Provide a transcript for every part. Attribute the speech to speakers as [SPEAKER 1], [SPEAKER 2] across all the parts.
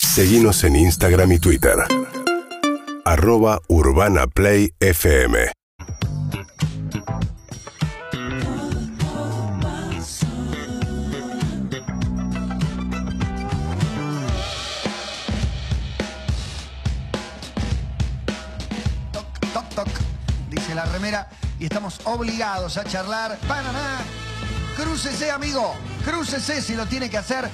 [SPEAKER 1] Seguimos en Instagram y Twitter. Arroba Urbana Play FM.
[SPEAKER 2] toc, toc, toc, dice la remera, y estamos obligados a charlar. Panamá, crúcese, amigo, crúcese si lo tiene que hacer.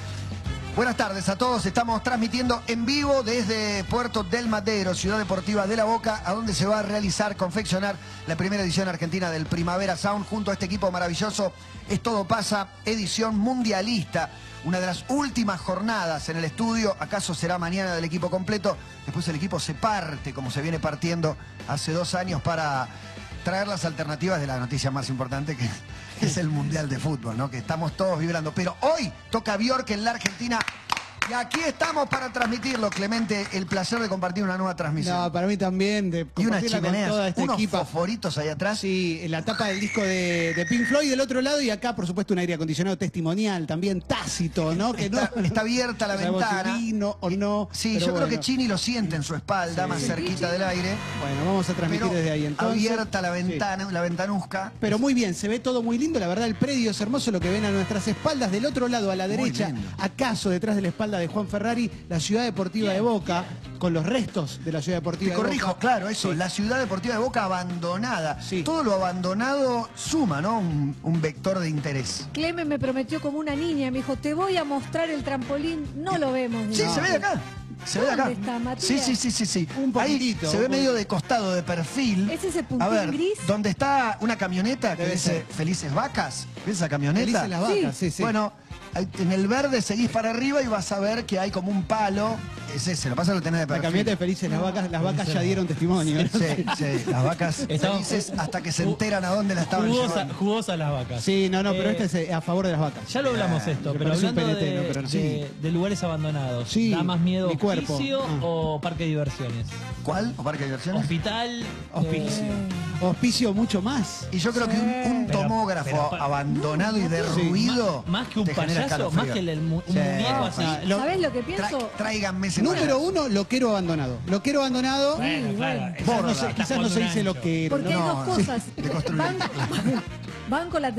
[SPEAKER 2] Buenas tardes a todos, estamos transmitiendo en vivo desde Puerto del Madero, Ciudad Deportiva de La Boca, a donde se va a realizar, confeccionar la primera edición argentina del Primavera Sound junto a este equipo maravilloso. Es Todo Pasa, edición mundialista, una de las últimas jornadas en el estudio, acaso será mañana del equipo completo, después el equipo se parte como se viene partiendo hace dos años para traer las alternativas de la noticia más importante que es el Mundial de Fútbol, ¿no? Que estamos todos vibrando. Pero hoy toca Bjork en la Argentina. Y aquí estamos para transmitirlo, Clemente, el placer de compartir una nueva transmisión.
[SPEAKER 3] No, para mí también, de
[SPEAKER 2] y unas
[SPEAKER 3] compartirla con
[SPEAKER 2] chimeneas,
[SPEAKER 3] toda esta
[SPEAKER 2] unos
[SPEAKER 3] equipa.
[SPEAKER 2] fosforitos ahí atrás.
[SPEAKER 3] Sí, en la tapa del disco de, de Pink Floyd del otro lado y acá, por supuesto, un aire acondicionado testimonial, también tácito, ¿no? Que no,
[SPEAKER 2] Está, está abierta la
[SPEAKER 3] no sabemos si
[SPEAKER 2] ventana.
[SPEAKER 3] vino o no.
[SPEAKER 2] Sí,
[SPEAKER 3] pero
[SPEAKER 2] yo creo que
[SPEAKER 3] bueno.
[SPEAKER 2] Chini lo siente en su espalda, más cerquita del aire.
[SPEAKER 3] Bueno, vamos a transmitir
[SPEAKER 2] Pero
[SPEAKER 3] desde ahí entonces.
[SPEAKER 2] abierta la
[SPEAKER 3] Sí.
[SPEAKER 2] ventana, la ventanusca.
[SPEAKER 3] Pero muy bien, se ve todo muy lindo, la verdad el predio es hermoso, lo que ven a nuestras espaldas, del otro lado, a la derecha,
[SPEAKER 2] lindo.
[SPEAKER 3] acaso detrás de la espalda de Juan Ferrari, la ciudad deportiva de Boca, con los restos de la ciudad deportiva
[SPEAKER 2] Te
[SPEAKER 3] de
[SPEAKER 2] corrijo,
[SPEAKER 3] Boca.
[SPEAKER 2] claro, eso,
[SPEAKER 3] Sí.
[SPEAKER 2] la ciudad deportiva de Boca abandonada.
[SPEAKER 3] Sí.
[SPEAKER 2] Todo lo abandonado suma, ¿no? Un, un vector de interés.
[SPEAKER 4] Clemen me prometió como una niña, me dijo, te voy a mostrar el trampolín, no lo vemos.
[SPEAKER 2] Sí,
[SPEAKER 4] digo.
[SPEAKER 2] se ve de acá. Se ve de acá.
[SPEAKER 4] ¿Dónde está, Matías?
[SPEAKER 2] sí, sí, sí, sí, sí.
[SPEAKER 3] Un poquitito,
[SPEAKER 2] Ahí se ve
[SPEAKER 3] un
[SPEAKER 2] medio
[SPEAKER 3] poquitito.
[SPEAKER 2] de costado, de perfil.
[SPEAKER 4] ¿Es ese puntín
[SPEAKER 2] A ver,
[SPEAKER 4] gris?
[SPEAKER 2] Donde está una camioneta que
[SPEAKER 3] Debe
[SPEAKER 2] dice
[SPEAKER 3] ser.
[SPEAKER 2] Felices Vacas. ¿Ves esa camioneta?
[SPEAKER 3] Felices las vacas, sí, sí.
[SPEAKER 2] Bueno, ahí- en el verde seguís para arriba y vas a ver que hay como un palo. Es ese, lo pasa lo tenés de
[SPEAKER 3] la
[SPEAKER 2] perfil.
[SPEAKER 3] camioneta de felices, las vacas, las vacas ya dieron testimonio.
[SPEAKER 2] Sí, sí, las vacas
[SPEAKER 5] Estamos-
[SPEAKER 2] felices hasta que se enteran a dónde la estaban
[SPEAKER 5] Jugosa,
[SPEAKER 2] llevando.
[SPEAKER 5] jugosa las vacas.
[SPEAKER 3] Sí, no, no, pero
[SPEAKER 5] Eh,
[SPEAKER 3] este es eh, a favor de las vacas.
[SPEAKER 5] Ya lo hablamos esto,
[SPEAKER 3] me
[SPEAKER 5] pero
[SPEAKER 3] parece un
[SPEAKER 5] hablando
[SPEAKER 3] PNT,
[SPEAKER 5] de,
[SPEAKER 3] ¿no? Pero sí.
[SPEAKER 5] de- de lugares abandonados,
[SPEAKER 3] Sí,
[SPEAKER 5] ¿da más miedo
[SPEAKER 3] mi cuerpo.
[SPEAKER 5] hospicio
[SPEAKER 3] Ah.
[SPEAKER 5] o parque de diversiones?
[SPEAKER 2] ¿Cuál? ¿O parque de diversiones?
[SPEAKER 5] Hospital,
[SPEAKER 3] Hospicio.
[SPEAKER 5] eh,
[SPEAKER 3] Hospicio mucho más.
[SPEAKER 2] Y yo creo que un, un
[SPEAKER 5] Pero-
[SPEAKER 2] tomógrafo
[SPEAKER 5] pero pa-
[SPEAKER 2] abandonado y derruido.
[SPEAKER 5] Eh, más, más que un
[SPEAKER 2] te genera
[SPEAKER 5] payaso, más
[SPEAKER 2] escalofrío.
[SPEAKER 5] que el, el mu- un
[SPEAKER 3] Sí.
[SPEAKER 5] muñeco así.
[SPEAKER 3] No, lo-
[SPEAKER 4] ¿Sabés lo que
[SPEAKER 2] Tra-
[SPEAKER 4] pienso?
[SPEAKER 2] tráiganme ese
[SPEAKER 3] número
[SPEAKER 2] payaso.
[SPEAKER 3] uno, loquero abandonado. Loquero abandonado.
[SPEAKER 4] Sí, bueno.
[SPEAKER 5] esas
[SPEAKER 2] Borda.
[SPEAKER 5] no se-
[SPEAKER 3] Quizás no se dice loquero.
[SPEAKER 4] Porque
[SPEAKER 3] ¿no?
[SPEAKER 4] hay
[SPEAKER 2] No,
[SPEAKER 4] dos
[SPEAKER 2] sí,
[SPEAKER 4] cosas.
[SPEAKER 2] deconstruyendo.
[SPEAKER 4] Van, van con la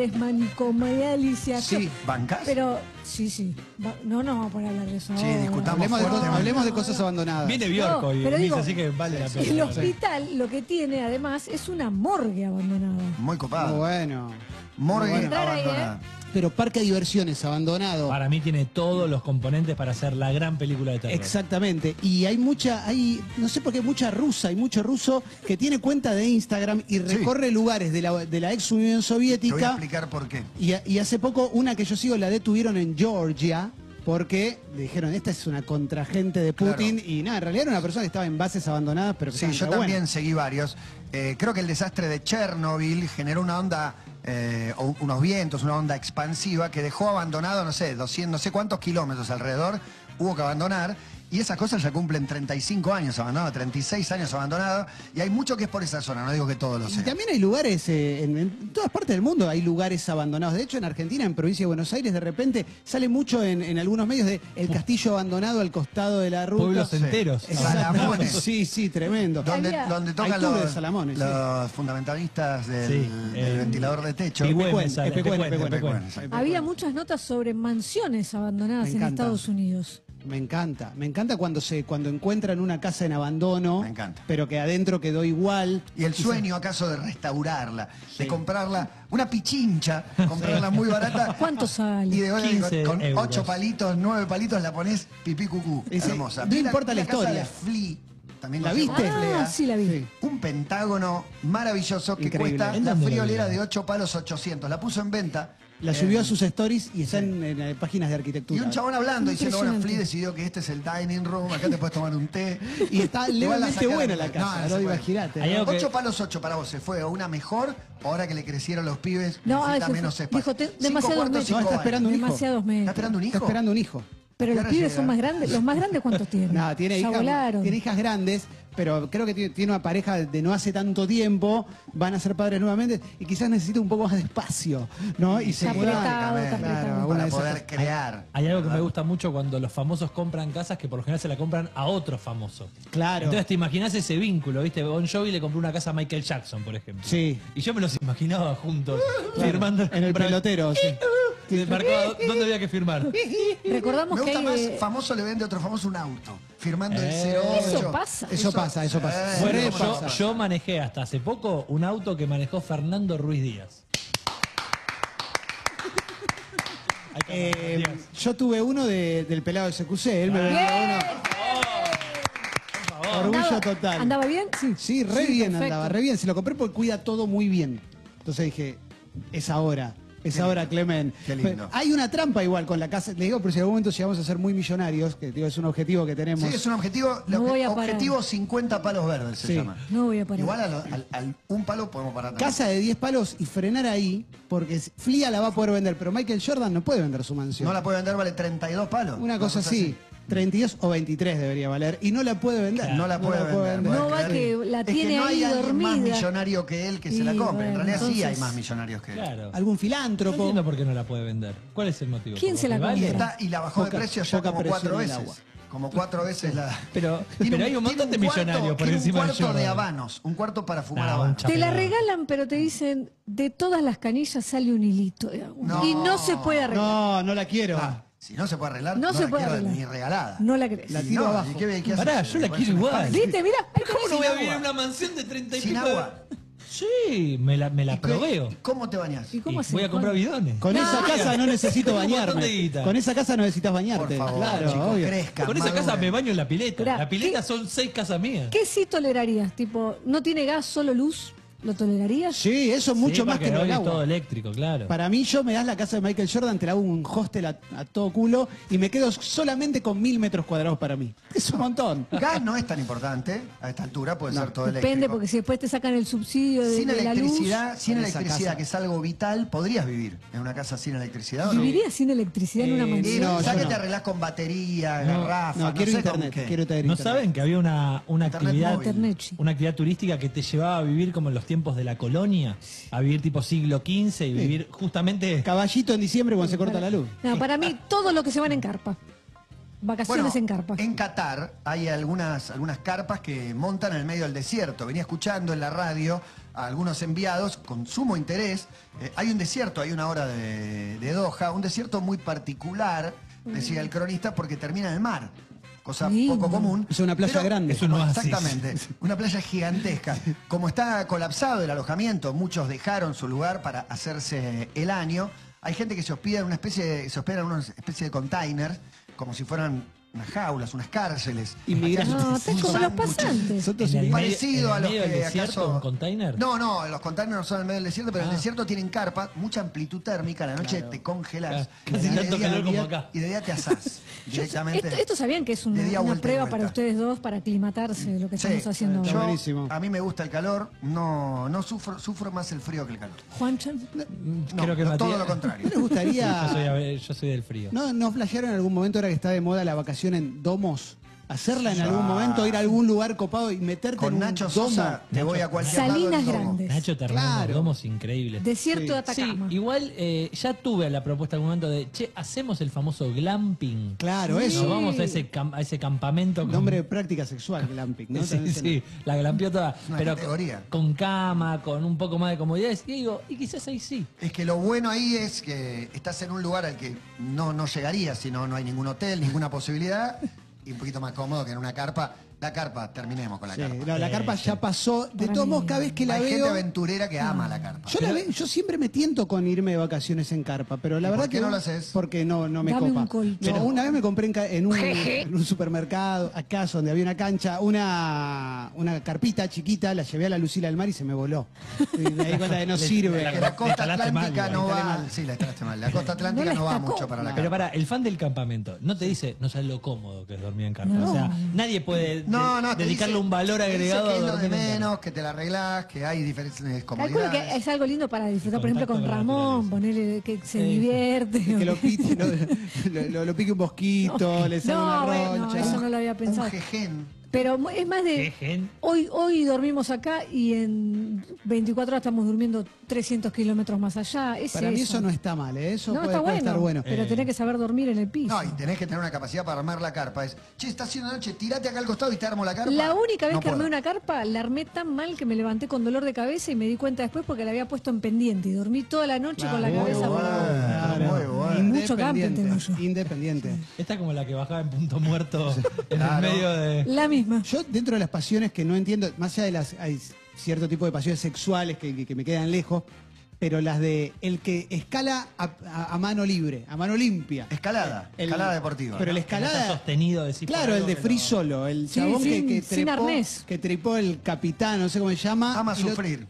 [SPEAKER 4] desmancomalialización.
[SPEAKER 2] Sí, ¿bancás?
[SPEAKER 4] Pero, sí, sí. Va- no nos vamos a poner a hablar de eso.
[SPEAKER 2] Sí,
[SPEAKER 4] ahora.
[SPEAKER 2] discutamos.
[SPEAKER 3] Hablemos, de,
[SPEAKER 2] Fuerte,
[SPEAKER 3] co-
[SPEAKER 2] man.
[SPEAKER 3] hablemos de cosas abandonadas.
[SPEAKER 5] Viene
[SPEAKER 4] No,
[SPEAKER 5] Bjork hoy,
[SPEAKER 4] pero
[SPEAKER 5] Miss,
[SPEAKER 4] digo,
[SPEAKER 5] así que vale la pena.
[SPEAKER 4] El hospital lo que tiene, además, es una morgue abandonada.
[SPEAKER 2] Muy
[SPEAKER 3] Muy
[SPEAKER 2] copado.
[SPEAKER 3] Ah, bueno.
[SPEAKER 2] Morgue
[SPEAKER 4] Bueno.
[SPEAKER 2] abandonada.
[SPEAKER 3] Pero parque de diversiones abandonado.
[SPEAKER 5] Para mí tiene todos los componentes para hacer la gran película de terror.
[SPEAKER 3] Exactamente. Y hay mucha, hay, no sé por qué, mucha rusa y mucho ruso que tiene cuenta de Instagram y recorre lugares de la, de la ex Unión
[SPEAKER 2] Te voy a
[SPEAKER 3] Soviética.
[SPEAKER 2] explicar por qué.
[SPEAKER 3] Y, a- y hace poco una que yo sigo la detuvieron en Georgia porque le dijeron, esta es una contragente de Putin y nada, en realidad era una persona que estaba en bases abandonadas, pero que
[SPEAKER 2] Sí,
[SPEAKER 3] estaban
[SPEAKER 2] yo
[SPEAKER 3] re
[SPEAKER 2] también
[SPEAKER 3] buenas.
[SPEAKER 2] seguí varios. Eh, creo que el desastre de Chernobyl generó una onda, eh, o unos vientos, una onda expansiva que dejó abandonado, no sé, 200, no sé cuántos kilómetros alrededor, hubo que abandonar. Y esas cosas ya cumplen 35 años abandonadas, 36 años abandonadas. Y hay mucho que es por esa zona, no digo que todo lo
[SPEAKER 3] Y
[SPEAKER 2] sea.
[SPEAKER 3] también hay lugares, eh, en, en todas partes del mundo hay lugares abandonados. De hecho, en Argentina, en provincia de Buenos Aires, de repente sale mucho en, en algunos medios de el castillo abandonado al costado de la ruta.
[SPEAKER 5] Pueblos enteros.
[SPEAKER 3] Exactamente.
[SPEAKER 2] Salamones.
[SPEAKER 3] Sí, sí, tremendo.
[SPEAKER 2] Donde,
[SPEAKER 4] Había-
[SPEAKER 2] donde
[SPEAKER 3] Hay
[SPEAKER 2] tocan
[SPEAKER 3] tours de
[SPEAKER 2] los,
[SPEAKER 3] Salamones, sí.
[SPEAKER 2] los fundamentalistas del,
[SPEAKER 5] Sí,
[SPEAKER 2] del
[SPEAKER 5] el-
[SPEAKER 2] ventilador de techo.
[SPEAKER 5] Pigüen,
[SPEAKER 3] Pecuen,
[SPEAKER 5] sale,
[SPEAKER 3] Pecuen,
[SPEAKER 5] Pecuen,
[SPEAKER 3] Pecuen,
[SPEAKER 5] Pecuen.
[SPEAKER 2] Pecuen,
[SPEAKER 4] Había muchas notas sobre mansiones abandonadas
[SPEAKER 3] Me
[SPEAKER 4] en
[SPEAKER 3] encanta.
[SPEAKER 4] Estados Unidos.
[SPEAKER 3] Me encanta, me encanta cuando se cuando encuentran una casa en abandono,
[SPEAKER 2] Me encanta.
[SPEAKER 3] pero que adentro quedó igual.
[SPEAKER 2] Y el sueño acaso de restaurarla, de comprarla, una pichincha, comprarla muy barata.
[SPEAKER 4] ¿Cuánto sale?
[SPEAKER 2] Y de golpe
[SPEAKER 5] 15
[SPEAKER 2] con, con
[SPEAKER 5] euros.
[SPEAKER 2] ocho palitos, nueve palitos la pones pipí cucú.
[SPEAKER 3] Ese-
[SPEAKER 2] hermosa.
[SPEAKER 3] no
[SPEAKER 2] Vi
[SPEAKER 3] importa la
[SPEAKER 2] vi casa
[SPEAKER 3] historia.
[SPEAKER 2] de Flea, también
[SPEAKER 3] ¿La
[SPEAKER 2] conocida
[SPEAKER 3] viste?
[SPEAKER 2] como Flea.
[SPEAKER 4] Ah, sí la vi.
[SPEAKER 3] Sí.
[SPEAKER 2] Un pentágono maravilloso que
[SPEAKER 3] Increíble.
[SPEAKER 2] cuesta
[SPEAKER 5] ¿En
[SPEAKER 2] la
[SPEAKER 5] dónde la
[SPEAKER 2] friolera
[SPEAKER 5] vi?
[SPEAKER 2] de 8 palos 800. La puso en venta.
[SPEAKER 3] La
[SPEAKER 2] Eh,
[SPEAKER 3] subió a sus stories y está en, en, eh, páginas de arquitectura.
[SPEAKER 2] Y un chabón hablando diciendo, bueno,
[SPEAKER 4] Impresionante.
[SPEAKER 2] Flea decidió que este es el dining room, acá te puedes tomar un té.
[SPEAKER 3] Y está
[SPEAKER 2] Igual
[SPEAKER 3] levemente
[SPEAKER 2] sacaron.
[SPEAKER 3] buena la casa,
[SPEAKER 2] se
[SPEAKER 3] no,
[SPEAKER 2] puede.
[SPEAKER 3] imaginate.
[SPEAKER 5] Hay
[SPEAKER 3] ¿no?
[SPEAKER 5] algo- que-
[SPEAKER 2] Ocho palos ocho para vos se fue, o una mejor, ahora que le crecieron los pibes,
[SPEAKER 4] No,
[SPEAKER 2] necesita
[SPEAKER 4] ah, se-
[SPEAKER 2] menos espacio.
[SPEAKER 4] dijo, te-
[SPEAKER 2] Cinco
[SPEAKER 4] demasiados
[SPEAKER 2] cuartos,
[SPEAKER 4] metros.
[SPEAKER 2] cinco
[SPEAKER 3] No, está
[SPEAKER 2] baños.
[SPEAKER 3] esperando un hijo.
[SPEAKER 4] Demasiados
[SPEAKER 2] ¿Está
[SPEAKER 4] metros.
[SPEAKER 2] esperando un hijo?
[SPEAKER 3] Está esperando un hijo.
[SPEAKER 4] Pero
[SPEAKER 2] ¿Qué
[SPEAKER 4] los
[SPEAKER 2] hora
[SPEAKER 4] pibes son
[SPEAKER 2] llega?
[SPEAKER 4] más grandes. ¿Los más grandes cuántos tienen?
[SPEAKER 3] No, tiene,
[SPEAKER 4] ya
[SPEAKER 3] hijas-
[SPEAKER 4] volaron.
[SPEAKER 3] tiene hijas grandes, pero creo que tiene, tiene una pareja de no hace tanto tiempo, van a ser padres nuevamente y quizás necesita un poco más de espacio, ¿no? Y se
[SPEAKER 4] Está
[SPEAKER 3] muda-
[SPEAKER 4] apretado, está apretado.
[SPEAKER 3] Claro, alguna
[SPEAKER 2] para
[SPEAKER 3] de esas
[SPEAKER 2] poder
[SPEAKER 3] cosas.
[SPEAKER 2] crear.
[SPEAKER 5] Hay algo que me
[SPEAKER 3] Ah.
[SPEAKER 2] ¿verdad?
[SPEAKER 5] gusta mucho cuando los famosos compran casas que por lo general se la compran a otro famoso.
[SPEAKER 3] Claro.
[SPEAKER 5] Entonces te imaginas ese vínculo, ¿viste? Bon Jovi le compró una casa a Michael Jackson, por ejemplo.
[SPEAKER 3] Sí.
[SPEAKER 5] Y yo me los imaginaba juntos,
[SPEAKER 3] Claro,
[SPEAKER 5] firmando.
[SPEAKER 3] en el
[SPEAKER 5] compra-
[SPEAKER 3] pelotero, sí.
[SPEAKER 5] Se marcaba dónde había que firmar.
[SPEAKER 4] Recordamos
[SPEAKER 2] Me
[SPEAKER 4] que
[SPEAKER 2] gusta
[SPEAKER 4] hay,
[SPEAKER 2] más,
[SPEAKER 4] eh,
[SPEAKER 2] famoso le vende a otro famoso un auto, firmando
[SPEAKER 5] Eh.
[SPEAKER 2] el 08.
[SPEAKER 4] Eso pasa.
[SPEAKER 3] Eso pasa, eso pasa.
[SPEAKER 2] Eh,
[SPEAKER 5] Bueno,
[SPEAKER 3] Re
[SPEAKER 2] ¿cómo no
[SPEAKER 5] yo,
[SPEAKER 3] pasa.
[SPEAKER 5] yo manejé hasta hace poco un auto que manejó Fernando Ruiz Díaz. Hay que
[SPEAKER 3] Eh,
[SPEAKER 5] Díaz.
[SPEAKER 3] yo tuve uno de- del pelado de CQC, él
[SPEAKER 4] Ah.
[SPEAKER 3] me vendió
[SPEAKER 4] Bien.
[SPEAKER 3] uno. Orgullo
[SPEAKER 4] Andaba-
[SPEAKER 3] total.
[SPEAKER 4] ¿Andaba bien? Sí.
[SPEAKER 3] Sí, re
[SPEAKER 4] Sí,
[SPEAKER 3] bien
[SPEAKER 4] perfecto.
[SPEAKER 3] andaba, re bien. Se lo compré porque cuida todo muy bien. Entonces dije, es ahora. Es
[SPEAKER 2] Qué
[SPEAKER 3] ahora,
[SPEAKER 2] lindo.
[SPEAKER 3] Clemen.
[SPEAKER 2] Qué lindo.
[SPEAKER 3] Pero Hay una trampa igual con la casa. Le digo, pero si en algún momento llegamos a ser muy millonarios, que digo, es un objetivo que tenemos.
[SPEAKER 2] Sí, es un objetivo. lo
[SPEAKER 4] No
[SPEAKER 2] que-
[SPEAKER 4] voy a parar.
[SPEAKER 2] objetivo 50 palos verdes se
[SPEAKER 3] Sí.
[SPEAKER 2] llama.
[SPEAKER 4] No voy a parar.
[SPEAKER 2] Igual al, al- al un palo podemos parar. también.
[SPEAKER 3] Casa de 10 palos y frenar ahí, porque Flia la va a poder vender, pero Michael Jordan no puede vender su mansión.
[SPEAKER 2] No la puede vender, vale 32 palos.
[SPEAKER 3] Una cosa así, 32 o 23 debería valer, y no la puede vender.
[SPEAKER 2] No la puede vender.
[SPEAKER 4] No
[SPEAKER 2] ¿podés
[SPEAKER 4] va
[SPEAKER 2] creer?
[SPEAKER 4] que la
[SPEAKER 2] Es que
[SPEAKER 4] tiene
[SPEAKER 2] no hay
[SPEAKER 4] ahí
[SPEAKER 2] alguien más
[SPEAKER 4] dormida.
[SPEAKER 2] millonario que él que se la
[SPEAKER 4] Y
[SPEAKER 2] compre. en
[SPEAKER 4] bueno,
[SPEAKER 2] realidad sí hay
[SPEAKER 4] entonces-
[SPEAKER 2] más millonarios que él.
[SPEAKER 5] Claro.
[SPEAKER 3] Eh, Algún
[SPEAKER 5] No
[SPEAKER 3] filántropo.
[SPEAKER 5] entiendo por qué no la puede vender. ¿Cuál es el motivo?
[SPEAKER 4] ¿Quién
[SPEAKER 5] ¿Porque
[SPEAKER 4] se la
[SPEAKER 5] vale?
[SPEAKER 2] Y,
[SPEAKER 4] compra?
[SPEAKER 2] está, y la bajó de
[SPEAKER 3] Poca-
[SPEAKER 2] precio ya
[SPEAKER 3] poca
[SPEAKER 2] como cuatro
[SPEAKER 3] presión en el
[SPEAKER 2] veces.
[SPEAKER 3] agua.
[SPEAKER 2] Como cuatro veces la.
[SPEAKER 5] Pero,
[SPEAKER 2] Tiene
[SPEAKER 5] pero hay un montón de
[SPEAKER 2] tiene cuarto-
[SPEAKER 5] millonarios por
[SPEAKER 2] tiene un
[SPEAKER 5] encima de
[SPEAKER 2] cuarto de,
[SPEAKER 5] Jordan.
[SPEAKER 2] habanos. Un cuarto para fumar
[SPEAKER 5] No, un
[SPEAKER 2] habanos.
[SPEAKER 5] chap-
[SPEAKER 4] Te la
[SPEAKER 5] Pero-
[SPEAKER 4] regalan, pero te dicen, de todas las canillas sale un hilito. de agua.
[SPEAKER 2] No.
[SPEAKER 4] Y no se puede arreglar.
[SPEAKER 3] No, no la quiero.
[SPEAKER 2] Ah, si no se puede arreglar,
[SPEAKER 4] No,
[SPEAKER 2] no,
[SPEAKER 4] se
[SPEAKER 2] la
[SPEAKER 4] puede
[SPEAKER 2] quiero
[SPEAKER 4] arreglar.
[SPEAKER 2] ni regalada.
[SPEAKER 4] No la crees.
[SPEAKER 3] La
[SPEAKER 2] Y
[SPEAKER 3] tiro
[SPEAKER 2] no,
[SPEAKER 3] abajo.
[SPEAKER 2] ¿y qué- qué haces?
[SPEAKER 5] Pará, yo la
[SPEAKER 2] Le pones
[SPEAKER 5] quiero
[SPEAKER 2] una
[SPEAKER 5] igual.
[SPEAKER 2] espalda.
[SPEAKER 4] ¿Viste? Mira,
[SPEAKER 5] ¿Cómo no
[SPEAKER 2] Sin
[SPEAKER 5] voy a
[SPEAKER 2] agua.
[SPEAKER 5] vivir en una mansión de 30 y
[SPEAKER 2] Sin
[SPEAKER 5] pico?
[SPEAKER 2] agua.
[SPEAKER 5] Sí, me la, me
[SPEAKER 2] ¿Y
[SPEAKER 5] la
[SPEAKER 2] qué-
[SPEAKER 5] proveo.
[SPEAKER 2] ¿Cómo te bañas?
[SPEAKER 4] ¿Y cómo
[SPEAKER 5] Y
[SPEAKER 4] se
[SPEAKER 5] voy a comprar bidones.
[SPEAKER 3] Con esa casa no necesito
[SPEAKER 5] Tengo un montón de
[SPEAKER 3] bañarme.
[SPEAKER 5] guita.
[SPEAKER 3] Con esa casa no necesitas bañarte.
[SPEAKER 2] Por favor,
[SPEAKER 3] claro,
[SPEAKER 2] chicos,
[SPEAKER 3] obvio.
[SPEAKER 2] crezcan,
[SPEAKER 5] Con esa casa
[SPEAKER 2] maduren.
[SPEAKER 5] me baño en la pileta.
[SPEAKER 4] Mirá,
[SPEAKER 5] la pileta
[SPEAKER 4] ¿qué-
[SPEAKER 5] son seis casas mías.
[SPEAKER 4] ¿Qué sí tolerarías? Tipo, no tiene gas, solo luz. ¿Lo tolerarías?
[SPEAKER 3] Sí, eso
[SPEAKER 5] Sí,
[SPEAKER 3] mucho más
[SPEAKER 5] porque
[SPEAKER 3] que lo
[SPEAKER 5] hoy
[SPEAKER 3] del
[SPEAKER 5] es
[SPEAKER 3] agua.
[SPEAKER 5] todo eléctrico, claro.
[SPEAKER 3] Para mí, yo me das la casa de Michael Jordan, te la hago un hostel a, a todo culo y me quedo solamente con mil metros cuadrados para mí. Es un montón.
[SPEAKER 2] Gas no es tan importante. A esta altura puede ser todo eléctrico.
[SPEAKER 4] Depende, porque si después te sacan el subsidio de,
[SPEAKER 2] sin
[SPEAKER 4] de la luz.
[SPEAKER 2] electricidad, sin
[SPEAKER 3] En esa
[SPEAKER 2] electricidad,
[SPEAKER 3] casa.
[SPEAKER 2] que es algo vital, podrías vivir en una casa sin electricidad. ¿o no?
[SPEAKER 4] ¿Vivirías sin electricidad en una
[SPEAKER 3] Eh,
[SPEAKER 4] mansión?
[SPEAKER 3] no,
[SPEAKER 2] ya
[SPEAKER 3] yo
[SPEAKER 2] que
[SPEAKER 3] no.
[SPEAKER 2] te arreglás con batería,
[SPEAKER 5] No,
[SPEAKER 2] garrafa,
[SPEAKER 3] No, quiero
[SPEAKER 2] sé
[SPEAKER 3] internet.
[SPEAKER 2] con qué.
[SPEAKER 3] Quiero tener
[SPEAKER 5] ¿No
[SPEAKER 3] internet.
[SPEAKER 5] saben que había una, una
[SPEAKER 2] Internet
[SPEAKER 5] actividad
[SPEAKER 2] móvil.
[SPEAKER 4] Internet, sí.
[SPEAKER 5] una actividad turística que te llevaba a vivir como en los tiempos de la colonia? A vivir tipo siglo XV y vivir justamente...
[SPEAKER 3] Caballito en diciembre cuando se corta la luz.
[SPEAKER 4] No, para mí, todos los que se van en carpa.
[SPEAKER 2] Ah. Bueno,
[SPEAKER 4] Vacaciones en carpa.
[SPEAKER 2] en Qatar hay algunas, algunas carpas que montan en el medio del desierto. Venía escuchando en la radio a algunos enviados con sumo interés. Eh, hay un desierto, hay una hora de, de Doha, un desierto muy particular, decía el cronista, porque termina en el mar. Cosa
[SPEAKER 4] Mm. Lindo.
[SPEAKER 2] poco común.
[SPEAKER 3] Es una playa grande.
[SPEAKER 5] Es un oasis.
[SPEAKER 2] Exactamente, una playa gigantesca. Como está colapsado el alojamiento, muchos dejaron su lugar para hacerse el año. Hay gente que se hospeda en una especie, de- se hospeda en una especie de containers, como si fueran unas jaulas, unas cárceles.
[SPEAKER 3] Inmigrantes.
[SPEAKER 4] No, estás como los
[SPEAKER 2] sándwiches.
[SPEAKER 4] pasantes.
[SPEAKER 3] Son todos
[SPEAKER 5] En el
[SPEAKER 3] iguales.
[SPEAKER 2] Parecido
[SPEAKER 5] medio-
[SPEAKER 2] a
[SPEAKER 5] en
[SPEAKER 2] los
[SPEAKER 5] el medio
[SPEAKER 2] que
[SPEAKER 5] del desierto,
[SPEAKER 2] acaso-
[SPEAKER 5] un container?
[SPEAKER 2] No, no, los containers no son en el medio del desierto, pero en
[SPEAKER 5] Ah.
[SPEAKER 2] el desierto tienen carpa, mucha amplitud térmica, a la noche te congelas.
[SPEAKER 5] Claro. Casi
[SPEAKER 2] Y de
[SPEAKER 5] tanto
[SPEAKER 2] día-
[SPEAKER 5] calor como
[SPEAKER 2] día-
[SPEAKER 5] acá.
[SPEAKER 2] Y de día te asás.
[SPEAKER 4] Yo-
[SPEAKER 2] directamente.
[SPEAKER 4] esto, esto sabían que es un-
[SPEAKER 2] de día
[SPEAKER 4] una
[SPEAKER 2] vuelta y
[SPEAKER 4] prueba
[SPEAKER 2] vuelta.
[SPEAKER 4] para ustedes dos para aclimatarse de lo que
[SPEAKER 2] Sí,
[SPEAKER 4] estamos haciendo
[SPEAKER 2] yo-
[SPEAKER 4] ahora.
[SPEAKER 3] buenísimo.
[SPEAKER 2] A mí me gusta el calor, no, no sufro, sufro más el frío que el calor.
[SPEAKER 4] Juanchan,
[SPEAKER 2] No,
[SPEAKER 5] Creo que
[SPEAKER 2] no, todo
[SPEAKER 5] Matías-
[SPEAKER 2] lo contrario.
[SPEAKER 3] ¿No les
[SPEAKER 5] Yo soy,
[SPEAKER 3] gustaría...
[SPEAKER 5] a ver, yo soy del frío.
[SPEAKER 3] ¿No, ¿No flashearon en algún momento, ahora que está de moda la vacación en domos? Hacerla en
[SPEAKER 2] Ya.
[SPEAKER 3] algún momento, ir a algún lugar copado y meterte en
[SPEAKER 2] Con
[SPEAKER 3] un
[SPEAKER 2] Nacho
[SPEAKER 3] domo.
[SPEAKER 2] Sosa te voy a cualquier
[SPEAKER 4] Salinas
[SPEAKER 2] lado. del domo.
[SPEAKER 4] Grandes.
[SPEAKER 5] Nacho Terrano,
[SPEAKER 3] Claro.
[SPEAKER 5] domos increíbles.
[SPEAKER 4] desierto de
[SPEAKER 5] Sí,
[SPEAKER 4] Atacama.
[SPEAKER 5] igual eh, ya tuve la propuesta en un momento de, che, hacemos el famoso glamping.
[SPEAKER 3] Claro,
[SPEAKER 4] Sí.
[SPEAKER 5] Nos
[SPEAKER 3] eso.
[SPEAKER 5] vamos a ese, cam- a ese campamento. con-
[SPEAKER 3] Nombre de práctica sexual, glamping, ¿no?
[SPEAKER 5] Sí,
[SPEAKER 3] También se-
[SPEAKER 5] sí, la glampió toda.
[SPEAKER 2] una
[SPEAKER 5] Pero
[SPEAKER 2] categoría.
[SPEAKER 5] con, con cama, con un poco más de comodidades. Y digo, y quizás ahí sí.
[SPEAKER 2] Es que lo bueno ahí es que estás en un lugar al que no, no llegarías si no, no hay ningún hotel, ninguna posibilidad. Y un poquito más cómodo que en una carpa. La carpa, terminemos con la
[SPEAKER 3] Sí,
[SPEAKER 2] carpa.
[SPEAKER 3] no, la carpa ya pasó. De
[SPEAKER 4] Para
[SPEAKER 3] todos
[SPEAKER 4] mí.
[SPEAKER 3] modos, cada vez que la
[SPEAKER 2] hay
[SPEAKER 3] veo.
[SPEAKER 2] gente aventurera que ama la carpa.
[SPEAKER 3] Yo, la ve- yo siempre me tiento con irme de vacaciones en carpa, pero la
[SPEAKER 2] ¿Y por
[SPEAKER 3] verdad
[SPEAKER 2] qué
[SPEAKER 3] que
[SPEAKER 2] no lo haces?
[SPEAKER 3] Porque no, no me
[SPEAKER 4] Dame un
[SPEAKER 3] copa.
[SPEAKER 4] colchón.
[SPEAKER 3] No,
[SPEAKER 4] Pero-
[SPEAKER 3] una vez me compré en, ca- en un, en un supermercado, acá donde había una cancha, una, una carpita chiquita, la llevé a la Lucila del Mar y se me voló. Y me di cuenta de no sirve.
[SPEAKER 2] Que la costa
[SPEAKER 5] Instalaste
[SPEAKER 2] atlántica
[SPEAKER 5] mal,
[SPEAKER 2] no
[SPEAKER 3] igual,
[SPEAKER 2] va.
[SPEAKER 3] instalé mal.
[SPEAKER 2] Sí, la instalaste mal. La costa
[SPEAKER 4] No
[SPEAKER 2] atlántica
[SPEAKER 4] la
[SPEAKER 2] no va
[SPEAKER 4] estacó.
[SPEAKER 2] mucho para la
[SPEAKER 5] Pero
[SPEAKER 2] carpa.
[SPEAKER 5] para, el fan del campamento no te dice, no sabes lo cómodo que es dormir en carpa. O sea, nadie puede
[SPEAKER 2] No, no, te
[SPEAKER 5] dedicarle
[SPEAKER 2] dice-
[SPEAKER 5] un valor
[SPEAKER 2] te dice
[SPEAKER 5] agregado
[SPEAKER 2] que
[SPEAKER 5] a
[SPEAKER 2] es lo de
[SPEAKER 5] dormir en cama.
[SPEAKER 2] menos, que te la arreglás, que hay diferentes
[SPEAKER 4] Calculo
[SPEAKER 2] comodidades.
[SPEAKER 4] que es algo lindo para disfrutar, por ejemplo, con
[SPEAKER 5] Contacto con la
[SPEAKER 4] Ramón,
[SPEAKER 5] naturaleza.
[SPEAKER 4] ponerle que se
[SPEAKER 5] Sí.
[SPEAKER 4] divierte.
[SPEAKER 3] Que lo pique, lo, lo- lo- lo pique un mosquito, le sale
[SPEAKER 4] no,
[SPEAKER 3] una
[SPEAKER 4] bueno,
[SPEAKER 3] roncha.
[SPEAKER 4] eso no lo había pensado.
[SPEAKER 2] Un jején.
[SPEAKER 4] Pero mu- es más de.
[SPEAKER 5] Qué gen.
[SPEAKER 4] Hoy, hoy dormimos acá y en 24 horas estamos durmiendo 300 kilómetros más allá. Es
[SPEAKER 3] Para mí eso no está mal, ¿eh? eso
[SPEAKER 4] No,
[SPEAKER 3] puede,
[SPEAKER 4] está
[SPEAKER 3] puede
[SPEAKER 4] bueno,
[SPEAKER 3] estar bueno.
[SPEAKER 4] Pero
[SPEAKER 5] Eh.
[SPEAKER 4] tenés que saber dormir en el piso.
[SPEAKER 2] No, y tenés que tener una capacidad para armar la carpa. Es, che, está haciendo noche, tirate acá al costado y te armo la carpa.
[SPEAKER 4] La única vez
[SPEAKER 2] No
[SPEAKER 4] que armé
[SPEAKER 2] puedo.
[SPEAKER 4] una carpa, la armé tan mal que me levanté con dolor de cabeza y me di cuenta después porque la había puesto en pendiente y dormí toda la noche con la
[SPEAKER 3] Claro.
[SPEAKER 4] cabeza
[SPEAKER 2] Muy
[SPEAKER 4] volada.
[SPEAKER 2] bueno, muy bueno.
[SPEAKER 4] Y mucho cambio
[SPEAKER 3] Independiente,
[SPEAKER 4] tengo yo.
[SPEAKER 3] Independiente.
[SPEAKER 5] Esta es como la que bajaba en punto muerto en
[SPEAKER 2] Claro.
[SPEAKER 5] el medio de.
[SPEAKER 4] La misma.
[SPEAKER 3] Yo, dentro de las pasiones que no entiendo, más allá de las. Hay cierto tipo de pasiones sexuales que, que- que me quedan lejos, pero las de el que escala a, a- a mano libre, a mano limpia.
[SPEAKER 2] Escalada,
[SPEAKER 3] El-
[SPEAKER 2] escalada deportiva.
[SPEAKER 3] Pero la
[SPEAKER 5] que no está
[SPEAKER 3] escalada.
[SPEAKER 5] sostenido, decís, por
[SPEAKER 3] Claro, el
[SPEAKER 5] algo
[SPEAKER 3] de
[SPEAKER 5] que
[SPEAKER 3] free
[SPEAKER 5] no-
[SPEAKER 3] solo, el
[SPEAKER 4] Sí,
[SPEAKER 3] chabón que-
[SPEAKER 4] sin-
[SPEAKER 3] que,
[SPEAKER 4] sin
[SPEAKER 3] trepó,
[SPEAKER 4] arnés.
[SPEAKER 3] que tripó el capitán, no sé cómo se llama.
[SPEAKER 2] Ama
[SPEAKER 3] y lo-
[SPEAKER 2] sufrir.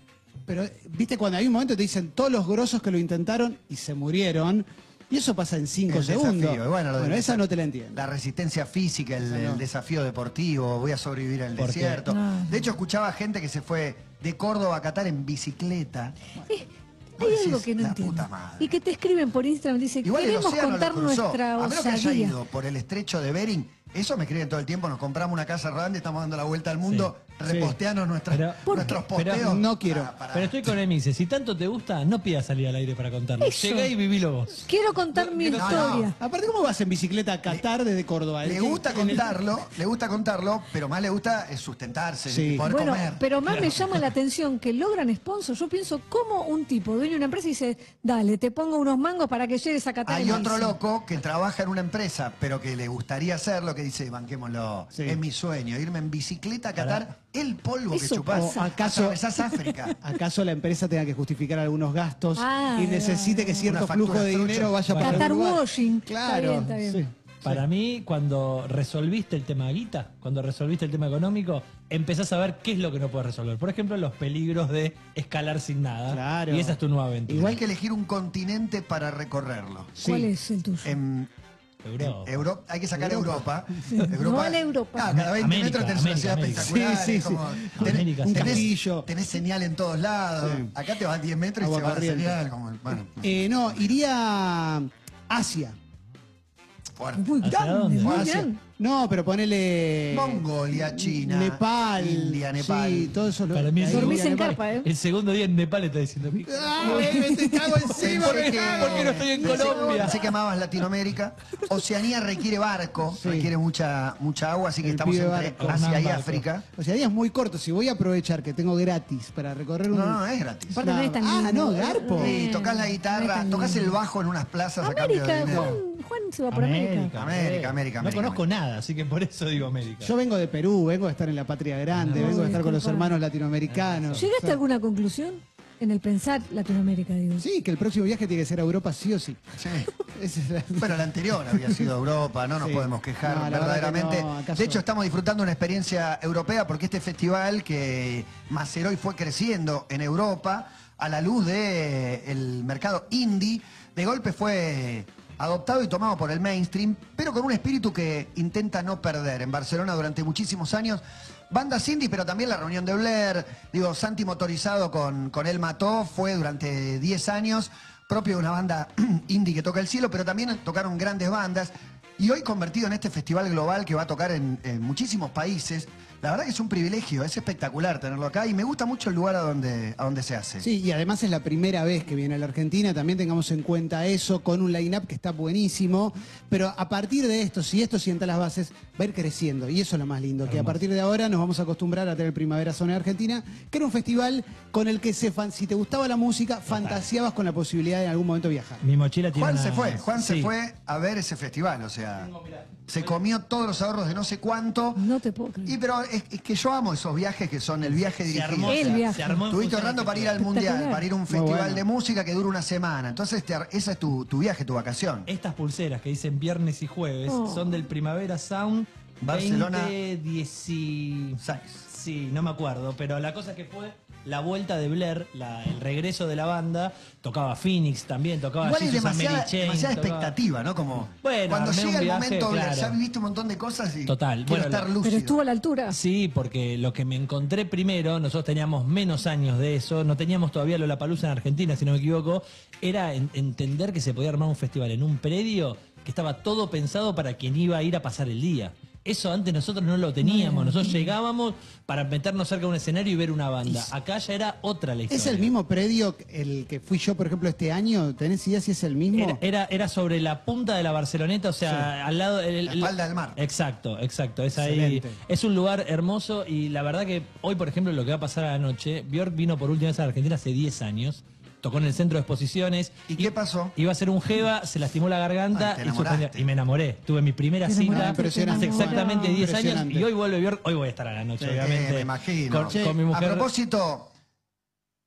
[SPEAKER 3] pero, viste, cuando hay un momento te dicen todos los grosos que lo intentaron y se murieron, y eso pasa en cinco
[SPEAKER 2] El
[SPEAKER 3] segundos.
[SPEAKER 2] desafío, y bueno, lo del
[SPEAKER 3] esa
[SPEAKER 2] desafío.
[SPEAKER 3] no te la entiendo.
[SPEAKER 2] La resistencia física, el,
[SPEAKER 3] Esa no.
[SPEAKER 2] el desafío deportivo, voy a sobrevivir al
[SPEAKER 5] ¿Por qué?
[SPEAKER 2] desierto.
[SPEAKER 4] No.
[SPEAKER 2] De hecho, escuchaba gente que se fue de Córdoba a Qatar en bicicleta.
[SPEAKER 4] Eh,
[SPEAKER 2] Vos
[SPEAKER 4] hay
[SPEAKER 2] Pues decís,
[SPEAKER 4] algo que no
[SPEAKER 2] "La
[SPEAKER 4] entiendo.
[SPEAKER 2] puta madre".
[SPEAKER 4] Y que te escriben por Instagram, dice,
[SPEAKER 2] Igual el
[SPEAKER 4] queremos
[SPEAKER 2] océano
[SPEAKER 4] contar
[SPEAKER 2] lo cruzó.
[SPEAKER 4] nuestra
[SPEAKER 2] a menos que haya
[SPEAKER 4] osadía.
[SPEAKER 2] ido por el estrecho de Bering, eso me escriben todo el tiempo, nos compramos una casa grande, estamos dando la vuelta al mundo,
[SPEAKER 5] Sí.
[SPEAKER 2] reposteanos nuestras-
[SPEAKER 5] Pero- ¿Por
[SPEAKER 2] nuestros
[SPEAKER 5] qué? Pero
[SPEAKER 2] posteos.
[SPEAKER 3] no quiero.
[SPEAKER 2] Pará, pará.
[SPEAKER 5] Pero estoy con Emi, dice, si tanto te gusta, no pidas salir al aire para contarlo.
[SPEAKER 4] Eso.
[SPEAKER 5] Llegá y vivilo vos.
[SPEAKER 4] Quiero contar mi
[SPEAKER 2] no, no.
[SPEAKER 4] historia.
[SPEAKER 3] Aparte, ¿cómo vas en bicicleta a Qatar desde Córdoba?
[SPEAKER 2] Le
[SPEAKER 3] ¿Qué-
[SPEAKER 2] gusta
[SPEAKER 3] en el-
[SPEAKER 2] contarlo, le gusta contarlo, pero más le gusta es sustentarse,
[SPEAKER 3] Sí.
[SPEAKER 2] poder
[SPEAKER 4] Bueno,
[SPEAKER 2] comer.
[SPEAKER 4] pero más me llama la atención que logran sponsors. Yo pienso, ¿cómo un tipo dueño de una empresa y dice, dale, te pongo unos mangos para que llegues a Qatar?
[SPEAKER 2] Hay
[SPEAKER 4] en
[SPEAKER 2] otro
[SPEAKER 4] bici"?
[SPEAKER 2] loco que trabaja en una empresa, pero que le gustaría hacerlo, que dice, banquémoslo,
[SPEAKER 3] Sí.
[SPEAKER 2] es mi sueño, irme en bicicleta a Qatar, el polvo que
[SPEAKER 4] Eso
[SPEAKER 2] chupás,
[SPEAKER 3] pasa. O acaso-
[SPEAKER 2] atravesás África.
[SPEAKER 3] ¿Acaso la empresa tenga que justificar algunos gastos
[SPEAKER 4] Ah,
[SPEAKER 3] y necesite que cierto
[SPEAKER 2] Una factura
[SPEAKER 3] flujo de
[SPEAKER 2] trucha.
[SPEAKER 3] dinero vaya para
[SPEAKER 4] Qatar
[SPEAKER 3] Uruguay?
[SPEAKER 4] washing.
[SPEAKER 3] Claro.
[SPEAKER 4] Está bien, está bien.
[SPEAKER 3] sí.
[SPEAKER 5] Para mí, cuando resolviste el tema guita, cuando resolviste el tema económico, empezás a ver qué es lo que no puedes resolver. Por ejemplo, los peligros de escalar sin nada.
[SPEAKER 3] Claro.
[SPEAKER 5] Y esa es tu nueva aventura.
[SPEAKER 2] Igual que elegir un continente para recorrerlo.
[SPEAKER 4] ¿Cuál
[SPEAKER 3] Sí.
[SPEAKER 4] es el tuyo?
[SPEAKER 2] En
[SPEAKER 5] Europa.
[SPEAKER 2] Europa, Em, hay que sacar Europa.
[SPEAKER 4] No vale Europa.
[SPEAKER 2] Ah, cada 20
[SPEAKER 5] América,
[SPEAKER 2] metros tenés una
[SPEAKER 5] América,
[SPEAKER 2] ciudad
[SPEAKER 5] América.
[SPEAKER 2] espectacular.
[SPEAKER 3] Sí, sí,
[SPEAKER 2] es como-
[SPEAKER 3] sí.
[SPEAKER 2] tenés-
[SPEAKER 5] América,
[SPEAKER 3] un
[SPEAKER 2] tenés-
[SPEAKER 3] castillo.
[SPEAKER 2] Tenés señal en todos lados.
[SPEAKER 3] Sí.
[SPEAKER 2] Acá te vas 10 metros y
[SPEAKER 3] Agua
[SPEAKER 2] se va la
[SPEAKER 3] corriente.
[SPEAKER 2] señal. Como, bueno,
[SPEAKER 3] Eh, no, iría a Asia.
[SPEAKER 2] fuerte.
[SPEAKER 4] Muy
[SPEAKER 5] ¿Hacia
[SPEAKER 4] grande,
[SPEAKER 5] dónde?
[SPEAKER 4] muy
[SPEAKER 3] Asia.
[SPEAKER 4] grande.
[SPEAKER 3] No, pero ponele.
[SPEAKER 2] Mongolia, China,
[SPEAKER 3] Nepal.
[SPEAKER 2] India, Nepal.
[SPEAKER 3] Sí, todo eso. lo-
[SPEAKER 5] Para mí
[SPEAKER 3] ahí
[SPEAKER 5] es-
[SPEAKER 4] Dormís
[SPEAKER 3] iría a
[SPEAKER 4] en
[SPEAKER 3] Nepal.
[SPEAKER 4] carpa, ¿eh?
[SPEAKER 5] El segundo día en Nepal está diciendo que.
[SPEAKER 3] ¡Ah, me- me cago encima!
[SPEAKER 2] ¿Por
[SPEAKER 3] me
[SPEAKER 2] qué?
[SPEAKER 3] cago.
[SPEAKER 5] ¿Por qué no estoy en
[SPEAKER 2] Pensé-
[SPEAKER 5] Colombia?
[SPEAKER 2] Pensé que amabas Latinoamérica. Oceanía requiere barco, requiere mucha, mucha agua, así que
[SPEAKER 3] El
[SPEAKER 2] estamos
[SPEAKER 3] pibe
[SPEAKER 2] entre
[SPEAKER 3] barco.
[SPEAKER 2] Asia y
[SPEAKER 5] Hernán Barco.
[SPEAKER 2] África.
[SPEAKER 3] O sea, días muy cortos. Si voy a aprovechar que tengo gratis para recorrer un.
[SPEAKER 2] No, no, es gratis.
[SPEAKER 4] Aparte no es tan
[SPEAKER 3] Ah,
[SPEAKER 4] lindo.
[SPEAKER 3] no, garpo.
[SPEAKER 2] Sí,
[SPEAKER 4] Eh,
[SPEAKER 2] tocas la
[SPEAKER 4] no es
[SPEAKER 2] guitarra,
[SPEAKER 4] tan
[SPEAKER 2] tocas el
[SPEAKER 4] lindo.
[SPEAKER 2] bajo en unas plazas a cambio de
[SPEAKER 4] América,
[SPEAKER 2] dinero.
[SPEAKER 4] Juan, Juan se va por América.
[SPEAKER 2] América, América,
[SPEAKER 5] No
[SPEAKER 2] América,
[SPEAKER 5] conozco nada, así que por eso digo América.
[SPEAKER 3] Yo vengo de Perú, vengo de estar en la patria grande,
[SPEAKER 4] No,
[SPEAKER 3] vengo de estar con los
[SPEAKER 4] disculpa.
[SPEAKER 3] hermanos latinoamericanos.
[SPEAKER 4] ¿Llegaste a alguna conclusión? En el pensar Latinoamérica, digo.
[SPEAKER 3] Sí, que el próximo viaje tiene que ser a Europa sí o sí.
[SPEAKER 2] Sí.
[SPEAKER 3] Esa es la-
[SPEAKER 2] Bueno, la anterior había sido Europa, no nos
[SPEAKER 3] Sí.
[SPEAKER 2] podemos quejar
[SPEAKER 3] No, la verdad
[SPEAKER 2] verdaderamente.
[SPEAKER 3] que no, acaso-
[SPEAKER 2] de hecho, estamos disfrutando una experiencia europea porque este festival que Maceroy fue creciendo en Europa a la luz del mercado indie, de golpe fue adoptado y tomado por el mainstream, pero con un espíritu que intenta no perder. En Barcelona durante muchísimos años, bandas indie, pero también la reunión de Blair, digo, Santi Motorizado con, con El Mató fue durante 10 años propio de una banda indie que toca el cielo, pero también tocaron grandes bandas. Y hoy convertido en este festival global que va a tocar en, en muchísimos países, la verdad que es un privilegio, es espectacular tenerlo acá y me gusta mucho el lugar a donde, a donde se hace.
[SPEAKER 3] Sí, y además es la primera vez que viene a la Argentina, también tengamos en cuenta eso, con un line-up que está buenísimo, pero a partir de esto, si esto sienta las bases, va a ir creciendo, y eso es lo más lindo, que a
[SPEAKER 5] Hermoso.
[SPEAKER 3] partir de ahora nos vamos a acostumbrar a tener Primavera Zona de Argentina, que era un festival con el que se fan- si te gustaba la música, fantaseabas con la posibilidad de en algún momento viajar.
[SPEAKER 5] Mi mochila tiene.
[SPEAKER 2] Juan
[SPEAKER 5] una-
[SPEAKER 2] se fue, Juan se
[SPEAKER 5] Sí.
[SPEAKER 2] fue a ver ese festival, o sea, se comió todos los ahorros de no sé cuánto.
[SPEAKER 4] No te puedo creer.
[SPEAKER 2] Y pero es, es que yo amo esos viajes que son el viaje
[SPEAKER 5] Se
[SPEAKER 2] dirigido.
[SPEAKER 5] armó,
[SPEAKER 4] El
[SPEAKER 5] se-
[SPEAKER 4] viaje.
[SPEAKER 5] se armó en
[SPEAKER 2] Estuviste
[SPEAKER 5] función
[SPEAKER 2] ahorrando
[SPEAKER 5] de-
[SPEAKER 2] para ir al mundial,
[SPEAKER 4] Espectacular.
[SPEAKER 2] para ir a un
[SPEAKER 3] Muy
[SPEAKER 2] festival
[SPEAKER 3] bueno.
[SPEAKER 2] de música que dura una semana. Entonces, te ar- esa es tu, tu viaje, tu vacación.
[SPEAKER 5] Estas pulseras que dicen viernes y jueves
[SPEAKER 4] Oh.
[SPEAKER 5] son del Primavera Sound
[SPEAKER 2] Barcelona
[SPEAKER 5] 2016.
[SPEAKER 2] Seis.
[SPEAKER 5] Sí, no me acuerdo, pero la cosa es que fue la vuelta de Blair, la- el regreso de la banda, tocaba Phoenix también, tocaba
[SPEAKER 2] Igual es
[SPEAKER 5] Jesus and
[SPEAKER 2] demasiada,
[SPEAKER 5] Mary Chain,
[SPEAKER 2] demasiada
[SPEAKER 5] tocaba-
[SPEAKER 2] expectativa, ¿no? Como
[SPEAKER 5] Bueno,
[SPEAKER 2] cuando
[SPEAKER 5] armé un
[SPEAKER 2] llega el
[SPEAKER 5] viaje,
[SPEAKER 2] momento,
[SPEAKER 5] claro.
[SPEAKER 2] ya viviste un montón de cosas y
[SPEAKER 5] Total,
[SPEAKER 2] quiero
[SPEAKER 5] bueno,
[SPEAKER 2] estar
[SPEAKER 5] la-
[SPEAKER 2] lúcido.
[SPEAKER 4] Pero estuvo a la altura.
[SPEAKER 5] Sí, porque lo que me encontré primero, nosotros teníamos menos años de eso, no teníamos todavía Lollapalooza en Argentina, si no me equivoco, era en- entender que se podía armar un festival en un predio que estaba todo pensado para quien iba a ir a pasar el día. Eso antes nosotros no lo teníamos, nosotros llegábamos para meternos cerca de un escenario y ver una banda. Acá ya era otra la historia.
[SPEAKER 3] ¿Es el mismo predio que- el que fui yo, por ejemplo, este año? ¿Tenés idea si es el mismo?
[SPEAKER 5] Era, era, era sobre la punta de la Barceloneta, o sea, al lado. el- el-
[SPEAKER 2] La espalda del mar.
[SPEAKER 5] Exacto, exacto. Es ahí.
[SPEAKER 3] Excelente.
[SPEAKER 5] Es un lugar hermoso y la verdad que hoy, por ejemplo, lo que va a pasar a la noche, Björk vino por última vez a la Argentina hace 10 años. Tocó en el centro de exposiciones.
[SPEAKER 2] ¿Y qué pasó?
[SPEAKER 5] Iba a ser un jeva, se lastimó la garganta
[SPEAKER 2] Ay, te
[SPEAKER 5] y, suspendió.
[SPEAKER 2] enamoraste.
[SPEAKER 5] y me enamoré. Tuve mi primera
[SPEAKER 4] Te
[SPEAKER 5] cita
[SPEAKER 4] enamoraste,
[SPEAKER 3] te
[SPEAKER 5] hace exactamente 10 años
[SPEAKER 3] Impresionante.
[SPEAKER 5] y hoy vuelve Björk. Hoy voy a estar a la noche,
[SPEAKER 2] Eh,
[SPEAKER 5] obviamente.
[SPEAKER 2] me imagino.
[SPEAKER 5] Con,
[SPEAKER 2] Che,
[SPEAKER 5] con mi mujer.
[SPEAKER 2] A propósito,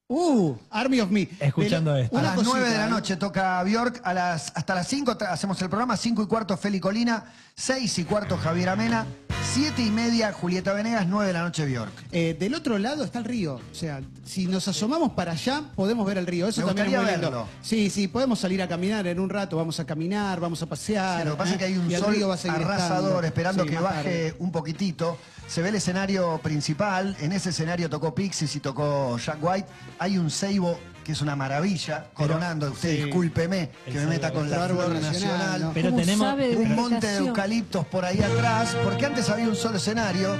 [SPEAKER 3] Uh, Army of Me.
[SPEAKER 5] Escuchando
[SPEAKER 3] De la-
[SPEAKER 5] esto.
[SPEAKER 2] a
[SPEAKER 3] una
[SPEAKER 2] las
[SPEAKER 3] cosita,
[SPEAKER 2] 9 de la
[SPEAKER 3] ¿eh?
[SPEAKER 2] noche toca Bjork, a las, hasta las 5 tra- hacemos el programa, 5 y cuarto Feli Colina, 6 y cuarto Javier Amena, 7 y media Julieta Venegas, 9 de la noche Bjork.
[SPEAKER 3] Eh, del otro lado está el río. O sea, si nos asomamos para allá, podemos ver el río. Eso
[SPEAKER 2] Me
[SPEAKER 3] también es muy
[SPEAKER 2] gustaría
[SPEAKER 3] lindo.
[SPEAKER 2] verlo.
[SPEAKER 3] Sí, sí, podemos salir a caminar en un rato. Vamos a caminar, vamos a pasear.
[SPEAKER 2] Sí, lo que pasa
[SPEAKER 3] ¿eh?
[SPEAKER 2] es que hay un
[SPEAKER 3] Y el
[SPEAKER 2] sol
[SPEAKER 3] río va a seguir
[SPEAKER 2] arrasador
[SPEAKER 3] estando.
[SPEAKER 2] esperando
[SPEAKER 3] Sí,
[SPEAKER 2] que
[SPEAKER 3] más
[SPEAKER 2] baje
[SPEAKER 3] tarde.
[SPEAKER 2] un poquitito. Se ve el escenario principal. En ese escenario tocó Pixies y tocó Jack White. Hay un ceibo que es una maravilla, coronando. Usted
[SPEAKER 3] sí.
[SPEAKER 2] discúlpeme que
[SPEAKER 5] El
[SPEAKER 2] me meta
[SPEAKER 5] ceibo,
[SPEAKER 2] con
[SPEAKER 5] el
[SPEAKER 2] la
[SPEAKER 3] árbol
[SPEAKER 2] flor
[SPEAKER 3] nacional,
[SPEAKER 2] nacional.
[SPEAKER 3] ¿no?
[SPEAKER 5] Pero
[SPEAKER 4] ¿Cómo
[SPEAKER 5] tenemos-
[SPEAKER 4] sabe de
[SPEAKER 2] un monte de
[SPEAKER 4] vegetación?
[SPEAKER 2] eucaliptos por ahí atrás, porque antes había un solo escenario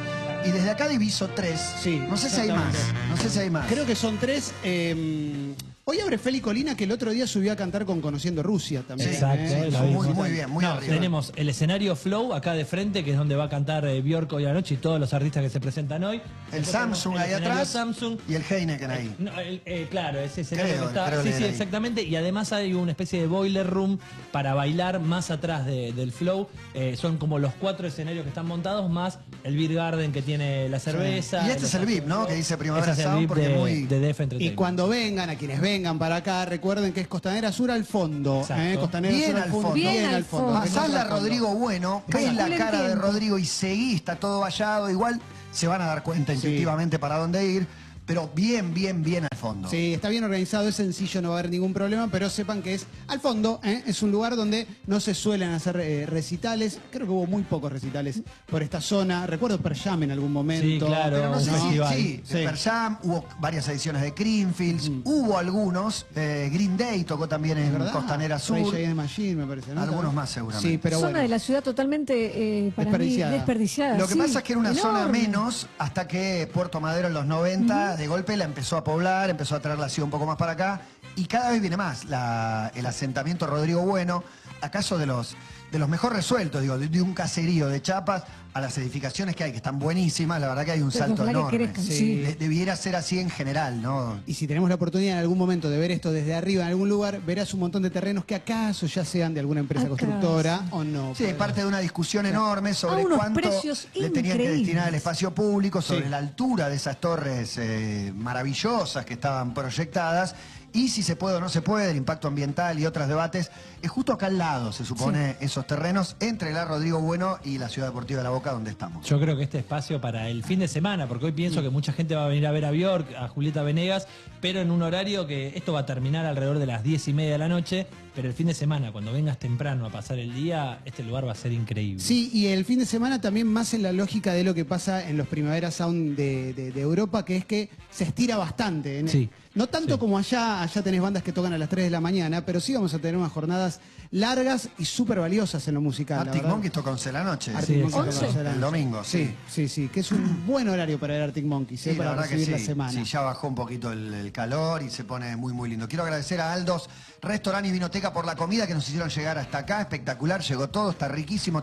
[SPEAKER 2] y desde acá diviso tres.
[SPEAKER 3] Sí,
[SPEAKER 2] no sé si hay más,
[SPEAKER 3] exactamente.
[SPEAKER 2] no sé si hay más.
[SPEAKER 3] Creo que son tres. eh, hoy abre Feli Colina, que el otro día subió a cantar con Conociendo Rusia también.
[SPEAKER 5] Exacto,
[SPEAKER 3] ¿eh?
[SPEAKER 5] lo
[SPEAKER 2] sí,
[SPEAKER 5] vimos.
[SPEAKER 2] muy, muy bien, muy
[SPEAKER 5] No,
[SPEAKER 2] arriba.
[SPEAKER 5] Tenemos el escenario Flow acá de frente, que es donde va a cantar eh, Bjork hoy a la noche y todos los artistas que se presentan hoy.
[SPEAKER 2] el
[SPEAKER 5] Después
[SPEAKER 2] Samsung
[SPEAKER 5] tenemos
[SPEAKER 2] ahí
[SPEAKER 5] el escenario
[SPEAKER 2] atrás
[SPEAKER 5] Samsung.
[SPEAKER 2] y el Heineken ahí.
[SPEAKER 5] No, el- eh, claro, ese escenario
[SPEAKER 2] Creo,
[SPEAKER 5] que está.
[SPEAKER 2] creo
[SPEAKER 5] Sí,
[SPEAKER 2] leer
[SPEAKER 5] sí,
[SPEAKER 2] ahí.
[SPEAKER 5] exactamente. Y además hay una especie de boiler room para bailar más atrás de- del flow. Eh, son como los cuatro escenarios que están montados, más el beer garden que tiene la cerveza.
[SPEAKER 2] Y este es el VIP, ¿no? Que dice Primavera
[SPEAKER 5] Ese es el
[SPEAKER 2] Sound,
[SPEAKER 5] VIP
[SPEAKER 2] porque
[SPEAKER 5] de,
[SPEAKER 2] muy-
[SPEAKER 5] de DF
[SPEAKER 3] Y
[SPEAKER 5] Entertainment.
[SPEAKER 3] cuando vengan, a quienes vengan para acá, recuerden que es Costanera Sur al fondo.
[SPEAKER 5] Exacto.
[SPEAKER 3] ¿eh? Costanera
[SPEAKER 2] Bien
[SPEAKER 3] Sur
[SPEAKER 2] al fondo.
[SPEAKER 4] Bien al fondo.
[SPEAKER 3] Pasás
[SPEAKER 2] Pasás
[SPEAKER 3] la
[SPEAKER 2] la Rodrigo Bueno, ves
[SPEAKER 4] Pasás.
[SPEAKER 2] la
[SPEAKER 4] Todo el
[SPEAKER 2] cara de
[SPEAKER 4] tiempo.
[SPEAKER 2] Rodrigo y seguís, está todo vallado, igual se van a dar cuenta intuitivamente para dónde ir, pero bien, bien, bien al fondo.
[SPEAKER 3] Sí, está bien organizado, es sencillo, no va a haber ningún problema, pero sepan que es al fondo, ¿eh? es un lugar donde no se suelen hacer eh, recitales. Creo que hubo muy pocos recitales por esta zona. Recuerdo Per Jam en algún momento.
[SPEAKER 5] Sí, claro.
[SPEAKER 2] Pero no
[SPEAKER 5] un
[SPEAKER 2] sé si,
[SPEAKER 5] festival.
[SPEAKER 2] sí,
[SPEAKER 3] Sí.
[SPEAKER 2] Pearl Jam, hubo varias ediciones de Greenfields, hubo algunos, eh, Green Day tocó también en
[SPEAKER 3] ¿Verdad?
[SPEAKER 2] Costanera Sur.
[SPEAKER 3] Rage Against the Machine, me parece, ¿no?
[SPEAKER 2] Algunos más, seguramente.
[SPEAKER 3] Sí, pero
[SPEAKER 4] zona
[SPEAKER 3] bueno.
[SPEAKER 4] de la ciudad totalmente eh, para
[SPEAKER 3] Desperdiciada.
[SPEAKER 4] mí desperdiciada.
[SPEAKER 2] Lo que
[SPEAKER 4] sí,
[SPEAKER 2] pasa es que era una zona
[SPEAKER 4] enorme.
[SPEAKER 2] menos hasta que Puerto Madero en los 90 de golpe la empezó a poblar, empezó a traer la ciudad un poco más para acá y cada vez viene más la- el asentamiento Rodrigo Bueno, acaso de los de los mejor resueltos, digo, de, de un caserío de chapas a las edificaciones que hay que están buenísimas, la verdad que hay un
[SPEAKER 4] Pero
[SPEAKER 2] salto
[SPEAKER 4] ojalá que
[SPEAKER 2] enorme.
[SPEAKER 4] crezcan, sí.
[SPEAKER 2] De- debiera ser así en general, ¿no?
[SPEAKER 3] Y si tenemos la oportunidad en algún momento de ver esto desde arriba, en algún lugar, verás un montón de terrenos que acaso ya sean de alguna empresa
[SPEAKER 4] Acaso.
[SPEAKER 3] constructora o no.
[SPEAKER 2] Sí, es parte de una discusión enorme sobre
[SPEAKER 4] A unos
[SPEAKER 2] cuánto
[SPEAKER 4] precios
[SPEAKER 2] le tenían que
[SPEAKER 4] increíbles.
[SPEAKER 2] destinar al espacio público, sobre
[SPEAKER 3] Sí.
[SPEAKER 2] la altura de esas torres eh, maravillosas que estaban proyectadas y si se puede o no se puede, el impacto ambiental y otros debates. Es justo acá al lado, se supone, esos terrenos entre la Rodrigo Bueno y la Ciudad Deportiva de La Boca, donde estamos.
[SPEAKER 5] Yo creo que este espacio para el fin de semana, porque hoy pienso
[SPEAKER 2] Mm.
[SPEAKER 5] que mucha gente va a venir a ver a Bjork, a Julieta Venegas, pero en un horario que esto va a terminar alrededor de las 10 y media de la noche, pero el fin de semana, cuando vengas temprano a pasar el día, este lugar va a ser increíble.
[SPEAKER 3] Sí, y el fin de semana también más en la lógica de lo que pasa en los Primavera Sound de, de- de Europa, que es que se estira bastante. En-
[SPEAKER 5] Sí.
[SPEAKER 3] No tanto
[SPEAKER 5] Sí.
[SPEAKER 3] como allá, allá tenés bandas que tocan a las 3 de la mañana, pero sí vamos a tener unas jornadas largas y súper valiosas en lo musical. la
[SPEAKER 2] Arctic
[SPEAKER 3] verdad.
[SPEAKER 2] Monkeys tocó 11 de la noche.
[SPEAKER 3] Arctic Monkeys
[SPEAKER 4] exacto.
[SPEAKER 3] toca a las 11 de la
[SPEAKER 2] El
[SPEAKER 3] noche.
[SPEAKER 2] domingo, sí.
[SPEAKER 3] Sí, sí, que es un buen horario para el Arctic Monkeys, ¿eh?
[SPEAKER 2] Sí, la
[SPEAKER 3] para
[SPEAKER 2] verdad que
[SPEAKER 3] recibir
[SPEAKER 2] sí.
[SPEAKER 3] la semana.
[SPEAKER 2] Sí, ya bajó un poquito el, el calor y se pone muy, muy lindo. Quiero agradecer a Aldos Restaurante y Vinoteca por la comida que nos hicieron llegar hasta acá. Espectacular, llegó todo, está riquísimo.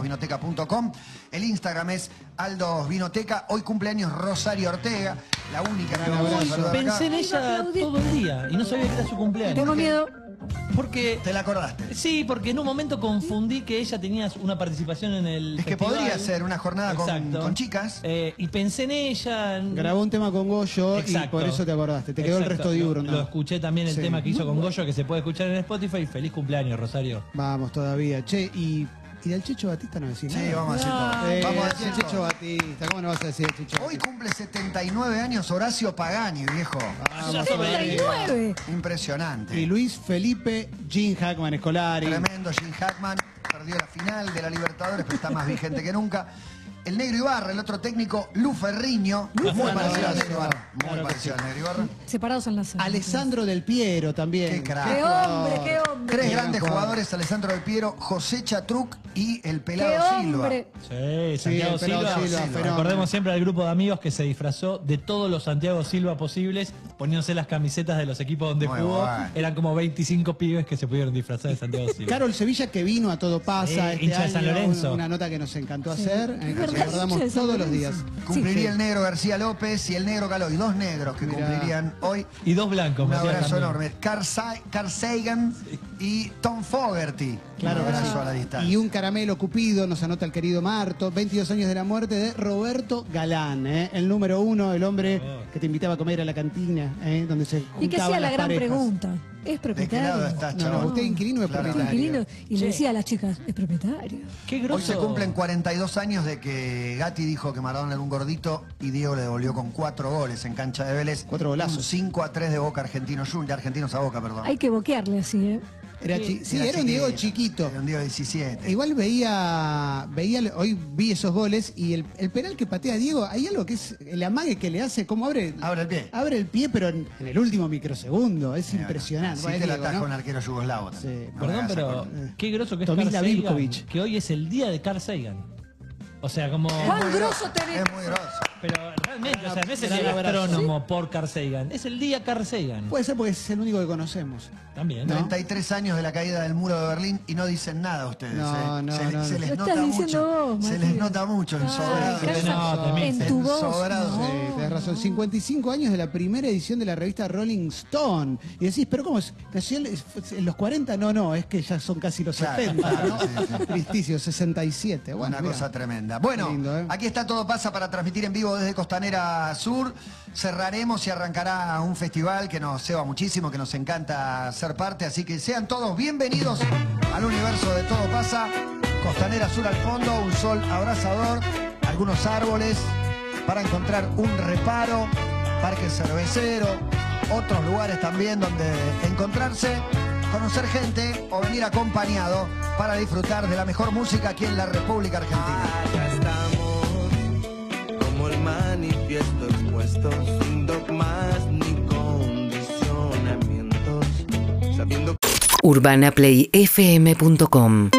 [SPEAKER 2] Tienda.aldosvinoteca.com. El Instagram es Aldos Vinoteca. Hoy cumpleaños Rosario Ortega, la única que
[SPEAKER 3] Gran
[SPEAKER 2] vamos a
[SPEAKER 3] abrazo.
[SPEAKER 2] saludar acá.
[SPEAKER 5] Pensé en ella todo el día y no sabía que era su cumpleaños.
[SPEAKER 4] Tengo miedo.
[SPEAKER 5] Porque
[SPEAKER 2] Te la acordaste.
[SPEAKER 5] Sí, porque en un momento confundí que ella tenía una participación en el.
[SPEAKER 2] Es que
[SPEAKER 5] festival.
[SPEAKER 2] podría ser una jornada con-
[SPEAKER 5] Exacto.
[SPEAKER 2] con chicas.
[SPEAKER 5] Eh, y pensé en ella. en-
[SPEAKER 3] Grabó un tema con Goyo y
[SPEAKER 5] Exacto.
[SPEAKER 3] por eso te acordaste. Te quedó el
[SPEAKER 5] Exacto.
[SPEAKER 3] resto de
[SPEAKER 5] Lo-
[SPEAKER 3] diurno.
[SPEAKER 5] Lo escuché también el
[SPEAKER 3] Sí.
[SPEAKER 5] tema que hizo con Goyo, que se puede escuchar en Spotify. Feliz cumpleaños, Rosario.
[SPEAKER 3] Vamos todavía. Che, y y del Chicho Batista no decís
[SPEAKER 2] Sí,
[SPEAKER 3] nada.
[SPEAKER 2] vamos a decir todo.
[SPEAKER 3] Eh,
[SPEAKER 2] Vamos a
[SPEAKER 3] sí,
[SPEAKER 2] decir todo.
[SPEAKER 3] Chicho Batista, ¿cómo no vas a decir Chicho
[SPEAKER 2] Hoy
[SPEAKER 3] Batista?
[SPEAKER 2] cumple 79 años Horacio Pagani, viejo.
[SPEAKER 3] Vamos a ver.
[SPEAKER 4] 79.
[SPEAKER 2] Impresionante.
[SPEAKER 3] Ah. Y Luis Felipe Jim Hackman Escolari.
[SPEAKER 2] Tremendo, Jim Hackman perdió la final de la Libertadores, pero está más vigente que nunca. El Negro Ibarra, el otro técnico, Lu Ferriño, muy
[SPEAKER 3] Ferriño.
[SPEAKER 2] parecido al Negro Ibarra, muy
[SPEAKER 3] Claro que
[SPEAKER 2] parecido al Negro Ibarra.
[SPEAKER 4] Separados en la sala.
[SPEAKER 3] Alessandro del Piero también.
[SPEAKER 2] Qué crack.
[SPEAKER 4] ¡Qué hombre, qué hombre!
[SPEAKER 2] Tres
[SPEAKER 3] Gran
[SPEAKER 2] grandes
[SPEAKER 3] jugador.
[SPEAKER 2] jugadores, Alessandro Del Piero, José Chatruc y el
[SPEAKER 4] ¡Qué
[SPEAKER 2] pelado Silva.
[SPEAKER 4] hombre!
[SPEAKER 5] Sí, Santiago
[SPEAKER 3] el pelado
[SPEAKER 5] Silva.
[SPEAKER 3] Silva, fenómeno.
[SPEAKER 5] Recordemos siempre al grupo de amigos que se disfrazó de todos los Santiago Silva posibles, poniéndose las camisetas de los equipos donde
[SPEAKER 2] Muy
[SPEAKER 5] jugó.
[SPEAKER 2] bueno.
[SPEAKER 5] Eran como 25 pibes que se pudieron disfrazar de Santiago Silva.
[SPEAKER 3] Carol Sevilla que vino a todo pasa
[SPEAKER 5] Sí,
[SPEAKER 3] este
[SPEAKER 5] hincha de
[SPEAKER 3] año,
[SPEAKER 5] San Lorenzo.
[SPEAKER 3] un- Una, nota que nos encantó hacer, eh, que
[SPEAKER 4] verdad,
[SPEAKER 3] recordamos
[SPEAKER 4] hincha de San
[SPEAKER 3] todos los días.
[SPEAKER 4] Lorenzo.
[SPEAKER 2] Cumpliría
[SPEAKER 3] Sí.
[SPEAKER 2] el negro García López y el negro Galoy, dos negros que
[SPEAKER 3] Mirá.
[SPEAKER 2] cumplirían hoy.
[SPEAKER 5] Y dos blancos.
[SPEAKER 2] Un
[SPEAKER 5] Matías
[SPEAKER 2] abrazo
[SPEAKER 5] también.
[SPEAKER 2] enorme. Carl, Sa- Carl Sagan y Tom Fogerty.
[SPEAKER 3] Claro,
[SPEAKER 2] un
[SPEAKER 3] que
[SPEAKER 2] abrazo
[SPEAKER 3] sí.
[SPEAKER 2] a la distancia.
[SPEAKER 3] Y un caramelo cupido, nos anota el querido Marto, 22 años de la muerte de Roberto Galán, ¿eh? el número uno, el hombre que te invitaba a comer a la cantina, ¿eh? donde se juntaban
[SPEAKER 4] Y que hacía la
[SPEAKER 3] las
[SPEAKER 4] gran
[SPEAKER 3] parejas.
[SPEAKER 4] pregunta. ¿Es
[SPEAKER 2] ¿De qué
[SPEAKER 4] propietario?
[SPEAKER 2] lado estás,
[SPEAKER 3] No,
[SPEAKER 2] chabón?
[SPEAKER 3] no, usted es inquilino de
[SPEAKER 2] Claro.
[SPEAKER 3] propietario.
[SPEAKER 4] Inquilino. Y le decía a las chicas, ¿es propietario?
[SPEAKER 5] Qué groso.
[SPEAKER 2] Hoy se cumplen 42 años de que Gatti dijo que Maradona era un gordito y Diego le devolvió con cuatro goles en cancha de Vélez.
[SPEAKER 3] Cuatro golazos.
[SPEAKER 2] Un 5 a 3 de Boca Argentinos Juniors, de Argentinos a Boca, perdón.
[SPEAKER 4] Hay que boquearle así, ¿eh?
[SPEAKER 3] Era chi- sí, era un Diego chiquito.
[SPEAKER 2] Era un Diego 17.
[SPEAKER 3] Igual veía, veía, hoy vi esos goles y el, el penal que patea Diego, hay algo que es el amague que le hace, cómo abre,
[SPEAKER 2] Abre el pie.
[SPEAKER 3] abre el pie, pero en, en el último microsegundo, Ah, es
[SPEAKER 2] Mira,
[SPEAKER 3] impresionante.
[SPEAKER 2] Así
[SPEAKER 3] Bueno,
[SPEAKER 2] te la
[SPEAKER 3] Diego,
[SPEAKER 2] ataja
[SPEAKER 3] ¿no?
[SPEAKER 2] un arquero yugoslavo. también.
[SPEAKER 3] Sí.
[SPEAKER 2] No me
[SPEAKER 5] Perdón,
[SPEAKER 2] hagas
[SPEAKER 5] pero
[SPEAKER 2] acordar.
[SPEAKER 5] qué groso que es
[SPEAKER 3] Tomislav
[SPEAKER 5] Carl Sagan,
[SPEAKER 3] Ivkovic.
[SPEAKER 5] que hoy es el día de Carl Sagan. O sea, como...
[SPEAKER 4] ¿Cuál? ¡Cuán
[SPEAKER 2] Muy
[SPEAKER 4] grosso tenés!
[SPEAKER 2] Es muy grosso.
[SPEAKER 5] Pero realmente, o sea, no es el
[SPEAKER 3] Gran
[SPEAKER 5] día del
[SPEAKER 3] abrazo.
[SPEAKER 5] astrónomo por Carl Sagan, es el día Carl Sagan.
[SPEAKER 3] Puede ser porque es el único que conocemos.
[SPEAKER 5] También. ¿eh?
[SPEAKER 3] No.
[SPEAKER 2] 33 años de la caída del muro de Berlín y no dicen nada ustedes.
[SPEAKER 3] No,
[SPEAKER 2] ¿eh?
[SPEAKER 3] no,
[SPEAKER 2] se,
[SPEAKER 3] no,
[SPEAKER 2] se
[SPEAKER 3] no.
[SPEAKER 2] les
[SPEAKER 4] Lo
[SPEAKER 2] nota
[SPEAKER 4] estás diciendo
[SPEAKER 2] mucho.
[SPEAKER 4] vos,
[SPEAKER 2] se les
[SPEAKER 4] Matías.
[SPEAKER 2] nota mucho en
[SPEAKER 4] Ay,
[SPEAKER 2] sobrado.
[SPEAKER 4] Carl
[SPEAKER 5] No,
[SPEAKER 4] Sagan,
[SPEAKER 5] temiste.
[SPEAKER 4] en tu voz.
[SPEAKER 2] Ensobrado,
[SPEAKER 4] no.
[SPEAKER 3] Sí, tenés razón. 55 años de la primera edición de la revista Rolling Stone. Y decís, pero ¿cómo es? ¿Nació en- en los 40? No, no, es que ya son casi los
[SPEAKER 2] Claro,
[SPEAKER 3] 70, ¿no?
[SPEAKER 2] claro, sí, sí.
[SPEAKER 3] Tristísimo, 67. Bueno,
[SPEAKER 2] Una
[SPEAKER 3] mira.
[SPEAKER 2] cosa tremenda. Bueno,
[SPEAKER 3] Qué lindo, ¿eh?
[SPEAKER 2] aquí está todo pasa para transmitir en vivo desde Costanera Sur. Cerraremos y arrancará un festival que nos ceba muchísimo, que nos encanta ser parte. Así que sean todos bienvenidos al universo de todo pasa. Costanera Sur al fondo, un sol abrasador, algunos árboles para encontrar un reparo, parque cervecero, otros lugares también donde encontrarse conocer gente o venir acompañado para disfrutar de la mejor música aquí en la República Argentina.
[SPEAKER 6] Acá estamos, como el manifiesto expuesto, sin dogmas ni condicionamientos, sabiendo
[SPEAKER 7] urbanaplayfm.com